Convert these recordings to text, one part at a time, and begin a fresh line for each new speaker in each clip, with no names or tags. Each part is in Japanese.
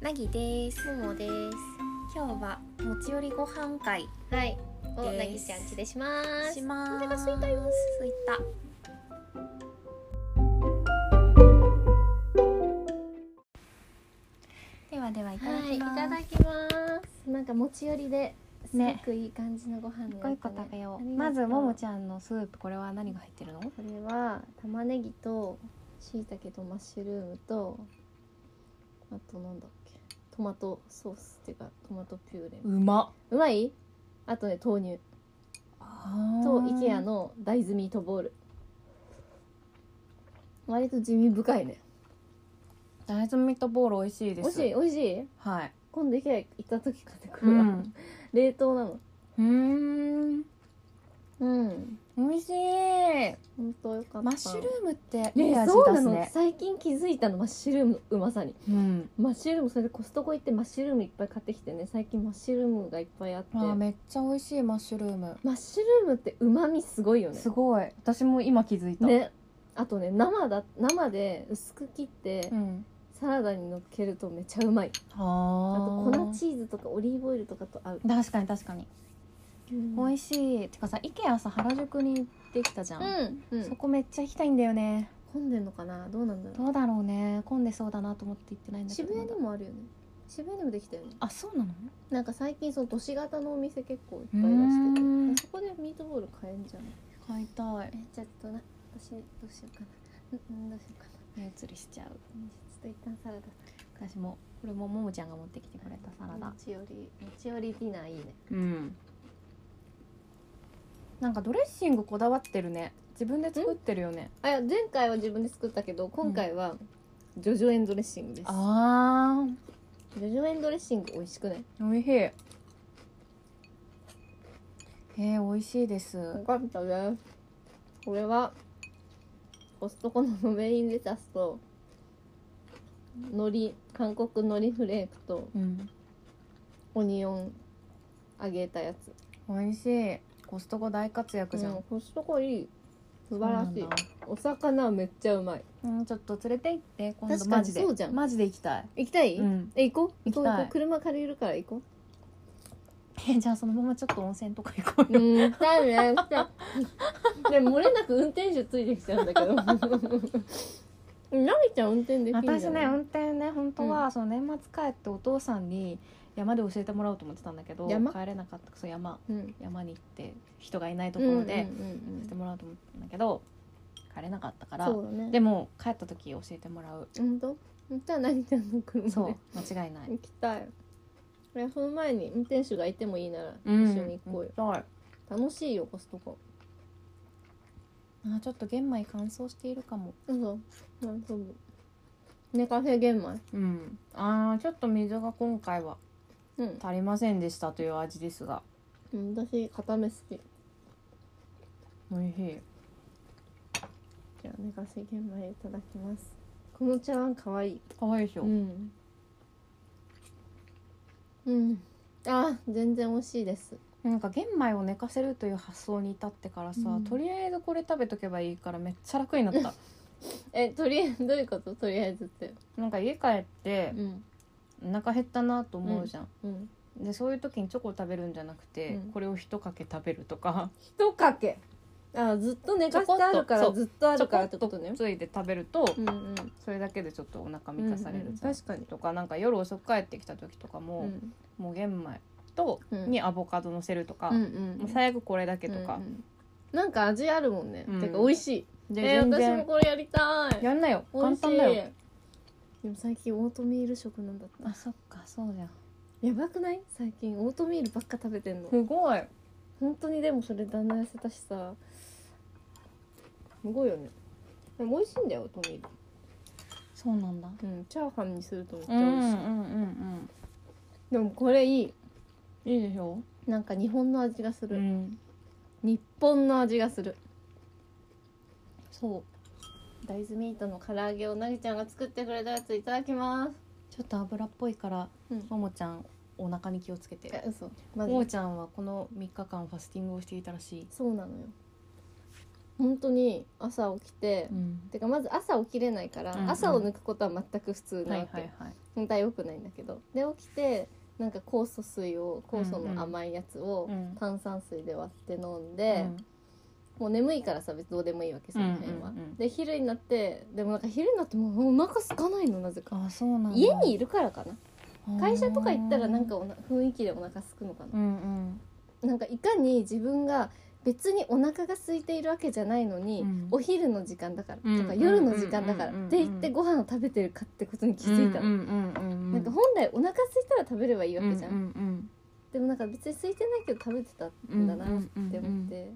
なぎです
ももです
今日は持ち寄りご飯会
はいお
です
なぎちゃんちでします
します
お腹空いたよ
空いたではではいただ
はい
き
い
ます、
ただきますなんか持ち寄りですご
ね
くいい感じのご飯
一
の
個
や
一
つ
個食べよ
あ
う
りがと
まずももちゃんのスープこれは何が入ってるの
これは玉ねぎと椎茸とマッシュルームとあとなんだっけトマトソースっていうかトマトピューレ
うま
うまいあとね豆乳と
と
IKEA の大豆ミートボール割と地味深いね
大豆ミートボール美味しいで
美味
す
しい美味しい
はい
今度 IKEA 行った時買ってく
う
るわ、
ん
冷凍なの
うん
うん
美味しい
本当よかった
マッシュルームっていい
ね
味
そう
出
な
す
の
ね
最近気づいたのマッシュルームのうまさに
うん
マッシュルームそれでコストコ行ってマッシュルームいっぱい買ってきてね最近マッシュルームがいっぱいあって
あーめっちゃ美味しいマッシュルーム
マッシュルームってうまみすごいよね
すごい私も今気づいた
ねあとね生だ生で薄く切って
うん
サラダにのっけるとめちゃうまいあ
あ
と
ー
粉チーズとかオリーブオイルとかと合う
確かに確かに美
美
味しいてかさ IKEA さ原宿にできたじゃん
うん、う
そ
ん、
こめっちゃ行きたいんだよね
混んでんのかなどうなんだろ
どうだろうね混んでそうだなと思って行ってないん
う
だけど
渋谷で
まだ
もあるよね渋谷でもできたよね
あそうなの
なんか最近その都市型のお店結構いっぱ
う
い出してて
ん
そこでミートボール買えんじゃん
買いたい
えちょっとな私どうしようかなうんどうしようかな
目移りしちゃう
うんちょっと一旦サラダ
私もこれもももちゃんが持ってきてくれたサラダ
持ち寄り持ち寄りディナーいいね
うんなんかドレッシングこだわってるね自分で作ってるよね
あいや前回は自分で作ったけど今回はジョジョエンドレッシングです、
あ
ジョジョエンドレッシング美味しくない
ーおいしいへえ美味しいです
よかったねこれはコストコのロメインレタスと海苔韓国海苔フレークと
うん
オニオン揚げたやつ
美味しいコストコ大活躍じゃん、
うんコストコいい素晴らし
そう
い
なんだ
お魚めっちゃうまい
うん、ちょっと連れて行って今
確か
度
に
マジで
そうじゃん
マジで行きたい、
行きたい、
ん、
え行こう行こう
行きたい
行こう車借りるから行こう
えじゃあそのままちょっと温泉とか行こうよ、
うん、だね。だ で漏れなく運転手ついてきちゃうんだけど。なぎちゃん運転できるんじゃない
私ね運転ね本当は、その年末帰ってお父さんに山で教えてもらおうと思ってたんだけど
山
帰れなかったそう山
うん、
山に行って人がいないと
と
ころで
うんうんうん
教えてもらおうと思ったんだけど、帰れなかったから
そうだね。
で
も、
も帰った時教えてもらう
本当。じゃあ、なぎちゃんの車で。
そう間違いない
行きたい。いや、その前に運転手がいてもいいなら、一
うん
緒に行こうよ。
行きたい
楽しいよ、コストコ。
あーちょっと玄米乾燥しているかも
そうそう。そう。寝かせ玄米。
うんあーちょっと水が今回は
うん。
足りませんでしたという味ですが
うん私、固め好き。
おいしい
じゃあ、寝かせ玄米いただきます。この茶碗かわいい。
かわいいでしょ、
うん、うん、あ全然美味しいです
なんか玄米を寝かせるという発想に至ってからさ、
うん
とりあえずこれ食べとけばいいからめっちゃ楽になった
えとりあえずどういうこととりあえずって
なんか家帰って
うん
お腹減ったなと思うじゃん、
うん
でそういう時にチョコを食べるんじゃなくて、
うん
これを一かけ食べるとか
一かけあずっと寝かしてあるか
ちょ
ら
こっと
ずっとあ
ち
る
ょこ
から
っ
って
と
ことね
ついで食べると、
うんうん
それだけでちょっとお腹
うんう
満
ん
たされるじゃん、
確かに
とかなんか夜遅く帰ってきた時とか
う
も、
ん
もう玄米と、
うん
にアボカド乗せるとか、
うんうん
もう最悪これだけとか
うんう、んなんか味あるもんね、
うん
てか美味しい
で
えー、
全
私も
然
これやりたい
やんなよ
美味
簡
しい
単だよ
でも最近オートミール食なんだった
あそっかそうじゃん
やばくない最近オートミールばっか食べてんの
すごい
本当にでもそれ旦那痩せたしさすごいよねでも美味しいんだよトミー
そうなんだ
ルうんチャーハンにするとめっち
う
ゃ
ん
美
う
味しい、
ん
でもこれいい
うんいいでしょ
なんか日本の味がする、
ん
日本の味がする
そ
大豆ミートの唐揚げをなぎちゃんが作ってくれたやついただきます
うちょっと油っぽいから
うん
ももちゃんお腹に気をつけ
え
て
嘘マ
も
ジ
もちゃんはこの3日間ファスティングをしていたらしい
そうなのよ本当に朝起きて、
ん
てかまず朝起きれないから、
うんうん
朝を抜くことは全く普通な
は
わ
い
け、
はいはい
本当は良くないんだけどで起きてなんか酵素水を酵素の甘いやつを
うん
炭酸水で割って飲ん
う
で、
ん
もう眠いからさ別にどうでもいいわけその辺は、
うんうんうん
で昼になってでもなんか昼になってもうお腹空かないのなぜか
あそうなんだ
家にいるからかな会社とか行ったらなんか
う
おな雰囲気でお腹空くのかな、
ん
なんかいかに自分が別にお腹が空いているわけじゃないのに、
うん
お昼の時間だから、
うん
とか夜の時間だから、
うんうんうんうん
って言ってご飯を食べてるかってことに気
気
づいたの、
の
なんか本来お腹空いたら食べればいいわけじゃん、
うんうん
でもなんか別に空いてないけど食べてたんだなって思って、はって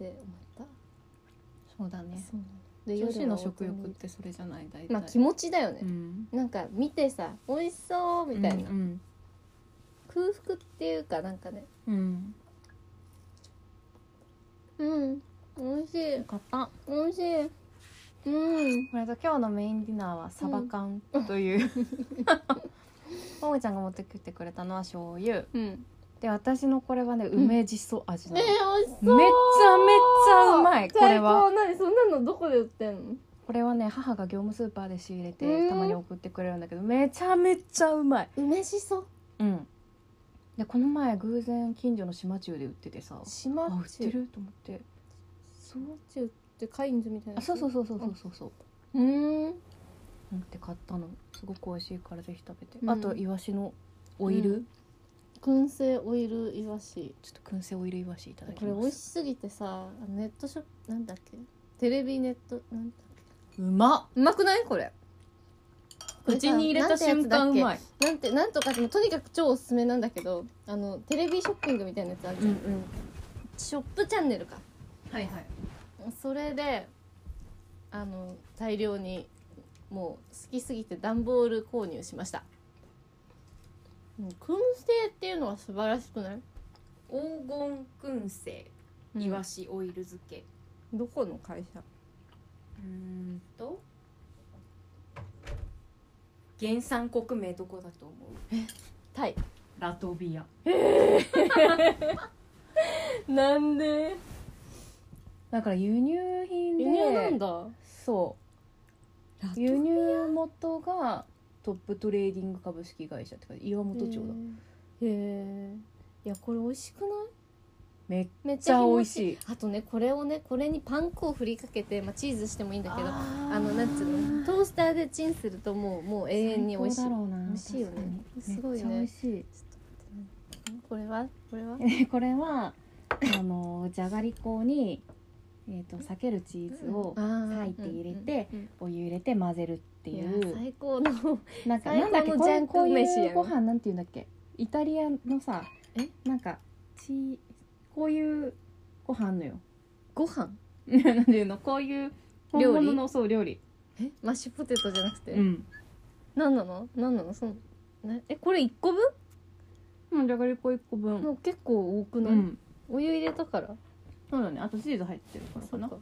思った、
そうだね
そうなので
女子
夜は
の
本当
食
に
欲ってそれじゃない大体
まあ気持ちだよね
う、ん
なんか見てさ美味しそうみたいな、
うん
空腹っていうかなんかね
うん
うん美味しい
よかった
美味しいうん
これと今日のメインディナーはサバ缶という ももちゃんが持ってきてくれたのは醤油
うん
で私のこれはね梅じそ味
えー、
なの
美味しそう
めちゃめちゃうまいこれ
最
は
高何そんなのどこで売ってんの
これはね母が業務スーパーで仕入れ
う
て
ん
たまに送ってくれるんだけどめちゃめちゃうまい
梅しそ
うんでこの前偶然近所の島中で売っててさ
島
あ売ってると思って
島中ってカインズみたいな
あそうそううそうそうそうそうそう
うーん
思って買ったのすごく美味しいからぜひ食べて、
うん
あとイワシのオイル、
う燻製オイルイワシ
ちょっと燻製オイルイワシいただきます
これ美味しすぎてさネットショップなんだっけテレビネットなんだっけ
うまっ
うまくないこれこれさ
口に入れた瞬間うまい
なんてなんとかでもとにかく超おすすめなんだけどあのテレビショッピングみたいなやつあるじゃん、
ん
ショップチャンネルか
はいはい
それであの大量にもう好きすぎて段ボール購入しましたもう燻製っていうのは素晴らしくない、
黄金燻製イワシオイル漬け
どこの会社
うーんと原産国名どこだと思う
タイ
ラトビア
なんで
だから輸入品で
輸入なんだ
そう輸入元がトップトレーディング株式会社ってか岩本町だ
へえいやこれ美味しくない
めっ
めっ
ちゃ美味
い
しい
あとねこれをねこれにパン粉をふりかけて、まあ、チーズしてもいいんだけどあ
ー
のなんつうのトースターでチンするともうもう永遠に美味しい
最高だろうな
美味しいよね
確かに
すごいね
めっちゃ美味しい
これはこれは
で これはあのじゃがりこに、えー、と裂けるチーズを
裂
裂いて入れて、お湯入れて混ぜるってい
いや
う
最高の
なんか
最
なんだっけ
高の
こういう
ジャンク飯や
こういう
ね
ご飯なんていうんだっけイタリアのさ
え
なんかチこういうご飯のよ
ご飯
なんていうのこういう本
料理
物のそう料理
えマッシュポテトじゃなくて、
うん
何なの何なのそのねえこれ一個分
うんじゃがりこ1個
も
分
う結構多く
う
ない、
ん
お湯入れたから
そうだねあとチーズ入ってるからか
そ
な
っか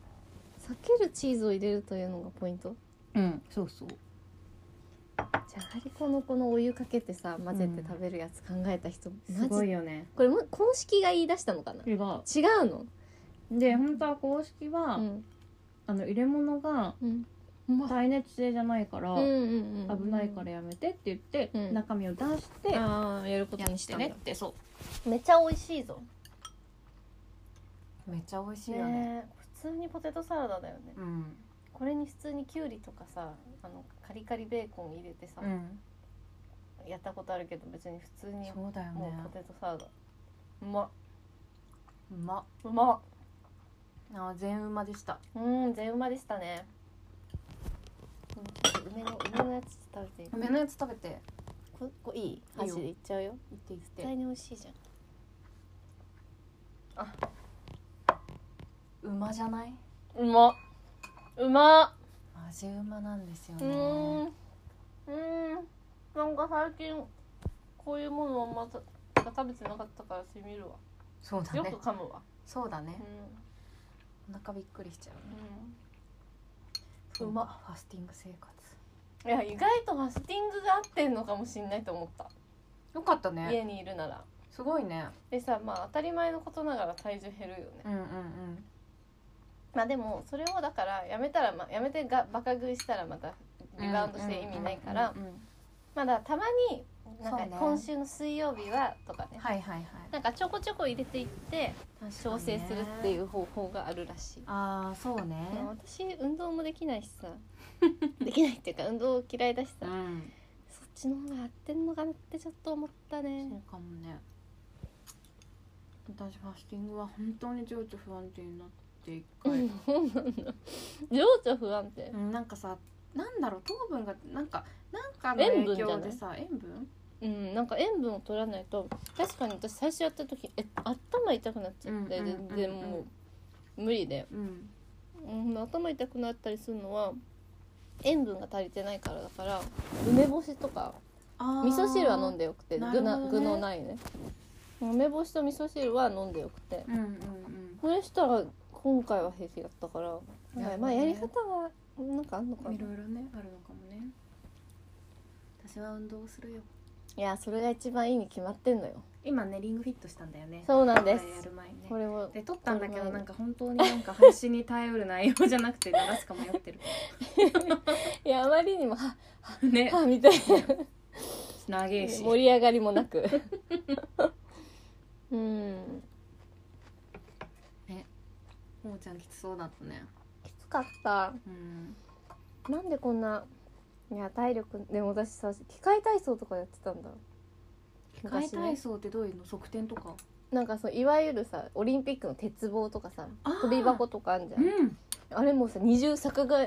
避けるチーズを入れるというのがポイント
うんそうそう
じゃがりこのこのお湯かけてさ混ぜて食べるやつ考えた人、
すご
マジ
いよね
これも公式が言い出したのかな
違
違
う
うの
で本当は公式は、
うん
あの入れ物が
うんうまっ
耐熱性じゃないから
うんうんうん
危ないからやめてって言って、
うん
中身を出してや
ああやることにしたんだ
てそ
めっちゃ美味しいぞ
うめっちゃ美味しいよね
ね普通にポテトサラダだよね
うん、
これに普通にきゅうりとかさあのカリカリベーコン入れてさ、
うん、
やったことあるけど別に普通に
そうだよ
も
ね
うポテトサラダうま
うまっ
うま
あ全うまでした
うん全うまでしたねこのちょっと梅の梅のやつ食べていい
梅のやつ食べて
ここいい
いいよ
箸でいっちゃうよ
いっていっ
絶対
て
に美味しいじゃん
うまじゃないう
まうま
味うまなんですよ
う
ね
んうんなんか最近こういうものをまた食べてなかったからしみるわ
そうだ
よ
ね
く噛むわ、
そうだね
うん
お腹びっくりしちゃうね
うんうまっ
ファスティング生活
いや意外とファスティングが合ってんのかもしんないと思った、
よかったね
家にいるなら
すごいね
でさまあ当たり前のことながら体重減るよね
うんうんうん
まあでもそれをだからやめたら、まあ、やめてがバカ食いしたらまたリバウンドしてる意味ないから、
うんうんうん
まだたまになん
そ
か
うね
今週の水曜日はとかね
はいはいはい
なんかちょこちょこ入れていって調整するっていうう方法があるらしい、
ああそうね
まあ私運動もできないしさできないっていうか運動嫌いだしさ、
ん
そっちの方が合ってんのかなってちょっと思ったね
そうかもね私ファスティングは本当に情緒不安定になって一回、
そうなんだ情緒不安定
うん、なんかさなんだろう糖分がなんかなんかの影響でさ塩分
うんなんか塩分を取らないと確かに私最初やった時え頭痛くなっちゃって、
うんうんうんうん
全然もう無理で、
うん
うん、頭痛くなったりするのは塩分が足りてないからだから梅干しとか
あ
味噌汁は飲ん
で
でよくて
な
具
るほ
な
どね
具のないね梅干しと味噌汁は飲んでよくて
うんうんうん
これしたら今回は平気だったから、
なるほどね
まあやり方はなんかあんのかない
ろいろねあるのかもね私は運動をするよ
いやそれが一番いいに決まってんのよ
今ねリングフィットしたんだよね
そうなん
前
です
やる前に
こ
ね
れを
で撮ったんだけ
これ
ど
も
なんか本当になんか配信に頼る内容じゃなくてね出すか迷って る
いやあまりにもは
ね
はみたいな
長えし
盛り上がりもなく うん
ももちゃんきつそうだったね
きつかった
うん
なんでこんないや体力でも私さ機械体操とかやってたんだ
機械
昔ね
体操ってどういうの側転とか
なんかそういわゆるさオリンピックの鉄棒とかさ
あー
飛び箱とかあんじゃん
ん
あれもうさ二重逆が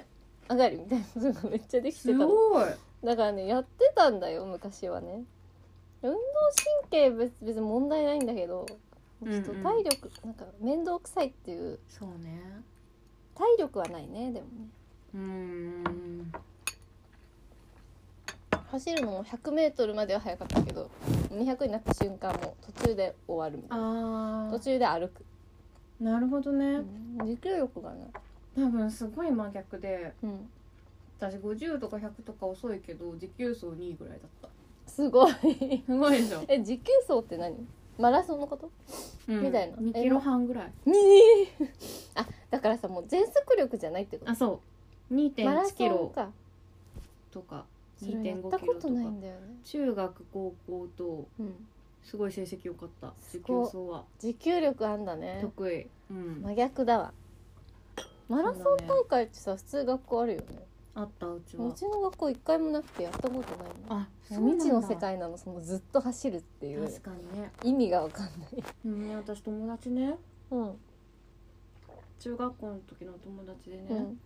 上がりみたいなのがめっちゃできて
す
たの
ごい
だからねやってたんだよ昔はね運動神経別別に問題ないんだけどちょっと体力、なんか面倒くさいっていう
そうね
体力はないねでもね
うん
走るのも 100m までは速かったけど200になった瞬間もう途中で終わるみたいな
あ
途中で歩く、
あなるほどね
持久力がない、
多分すごい真逆で
うん、
私50とか100とか遅いけど持久走2位ぐらいだった
すごい
すごいでしょ、
え持久走って何マラソンのこと
うん
みたいな
2キロ半ぐらい
に あだからさもう全速力じゃないってこと
あそう
マラ
2.1キ
ソン
ロ
か
とか
それやっ
2.5
た
キ
こ
ロ
と
とか
ないんだよね、
中学高校と
うん、
すごい成績良かった
す
持
ご
久
い
走は
持久力あんだね
得意うん
真逆だわマラソン大会ってさ普通学校あるよね
あったうち
う
は
ちの学校一回もなくてやったことないの
あそうなんだ
未知の世界なのそのずっと走るっていう
確かにね
意味がわかんない
うん私友達ね
うん、
中学校の時の友達でね、
うん、
本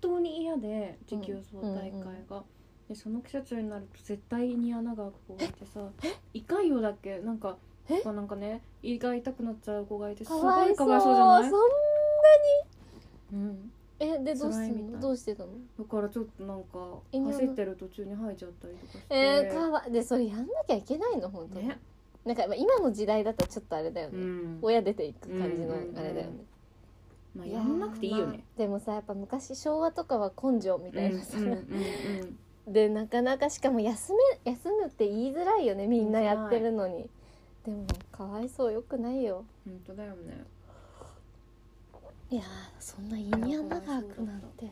当に嫌で持久走大会が、
うん
でその季節になると絶対に穴が開く子がいてさ胃潰瘍だっけなんか
え
とかなんかね胃が痛くなっちゃう子がいてす
か
ごい
わいそ
か
う
わいそうじゃない
そん
うん、
えでどう
辛い
す
み
ん
た
の
い
どうしてたの
だからちょっとなん
胃に
か
穴
走ってる途中に吐いちゃったりとかして、
えー、かわでそれやんなきゃいけないの本当に、
ね
なんかまあ今の時代だとちょっとあれだよ
う
ね、
ん
親出ていく感じの
うん
あれだよね、
まあ
い
や
やー
んなくていいよね
ま、あでもさやっぱ昔昭和とかは根性みたいなさ、
うんうんうん
でなかなかしかも休め休むって言いづらいよねみんなやってるのにでもかわいそうよくないよ
本当だよね
いやーそんな胃に穴が開くなんて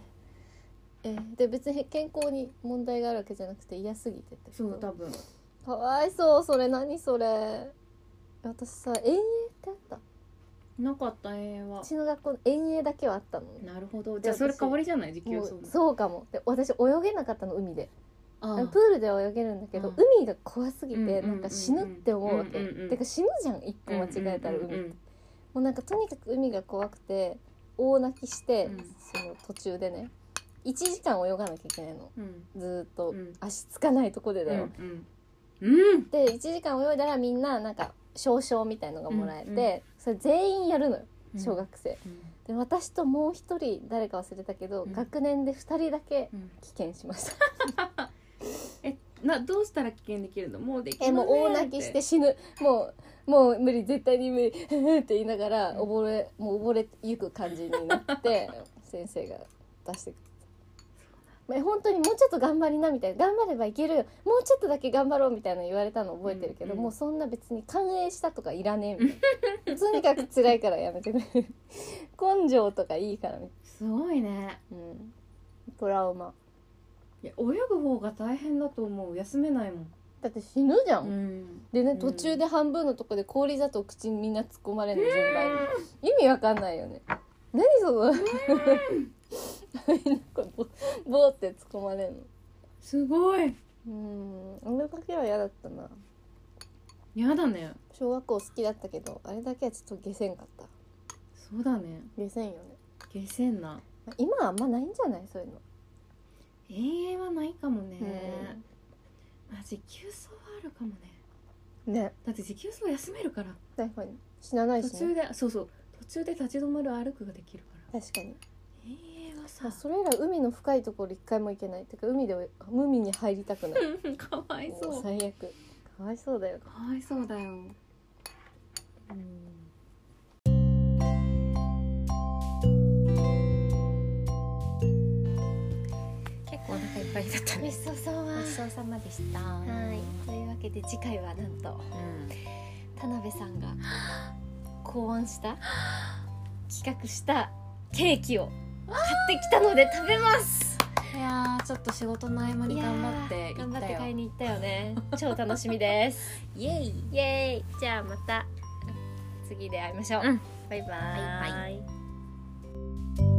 えーで別に健康に問題があるわけじゃなくて嫌すぎてってこと
そう多分
かわいそうそれ何それ私さ遠泳ってあった
なかった永遠は
うちの学校遠泳だけはあったのね
なるほどじゃあそれ代わりじゃない持久
も
走
うそうかもで私泳げなかったの海で
あ
プールでは泳げるんだけど、
うん
海が怖すぎ
うんうんう
て
んうん
なんか死ぬって思うわけ、
うんうんうん
てか死ぬじゃん一歩間違えたら海、
うんうんうんうん
もうなんかとにかく海が怖くて大泣きして、
うん
その途中でね1時間泳がなきゃいけないの
うん
ずーっと、
うん
足つかないとこでだよ、
うんうん
で1時間泳いだらみんななんか賞賞みたいのがもらえて、それ全員やるのよ
うん
小学生、
うん
で私ともう一人誰か忘れたけど、
うん
学年で2人だけ
うん
棄権しました
えなどうしたら危険できるのもうできない
えもう大泣きして死ぬもうもう無理絶対に無理 って言いながら
うん
溺れもう溺れゆく感じになって 先生が出してくれたえ本当にもうちょっと頑張りなみたいな頑張ればいけるよもうちょっとだけ頑張ろうみたいなの言われたの覚えてるけど、
うんうん
もうそんな別に感栄したとかいらねえみ たいなとにかく辛いからやめてく れ根性とかいいからみたい
すごいね
な、うん、トラウマ
いや泳ぐ方が大変だと思う休めないもん
だって死ぬじゃん、
ん
でね
うん
途中で半分のとこで氷砂糖口にみんな突っ込まれるの順番に意味わかんないよね何その みんなこうボボーって突っ込まれる
すごい
のうんあれだけは嫌だったな
やだね
小学校好きだったけどあれだけはちょっと下せんかった
そうだね
下せんよね
下船な
まあ今はあんまないんじゃないそういうの
永遠はないかもね、
うん
まあ時給走はあるかもね
ね
だって時給走休めるから
確かに死なない
途
し、
中
ね、
でそうそう途中で立ち止まる歩くができるから
確かに
永遠はさ
あそれら海の深いところ一回も行けないてか海で海に入りたくない
かわい
も
そう
最悪かわいそうだよ
うかわいそうだよ
結構お腹いっぱいだ ったね
ちそうさ
ごちそうさまでした
はい、というわけで次回はなんと田辺さんが考案した企画したケーキを買ってきたので食べます
いやーちょっと仕事の合間に頑張って
いやー
行
頑張
っ
ったて買い
よ
に行ったよね超楽しみです
イエイ
イエーイじゃあまた次で会いましょう、
うん
バイバーイ
バイバ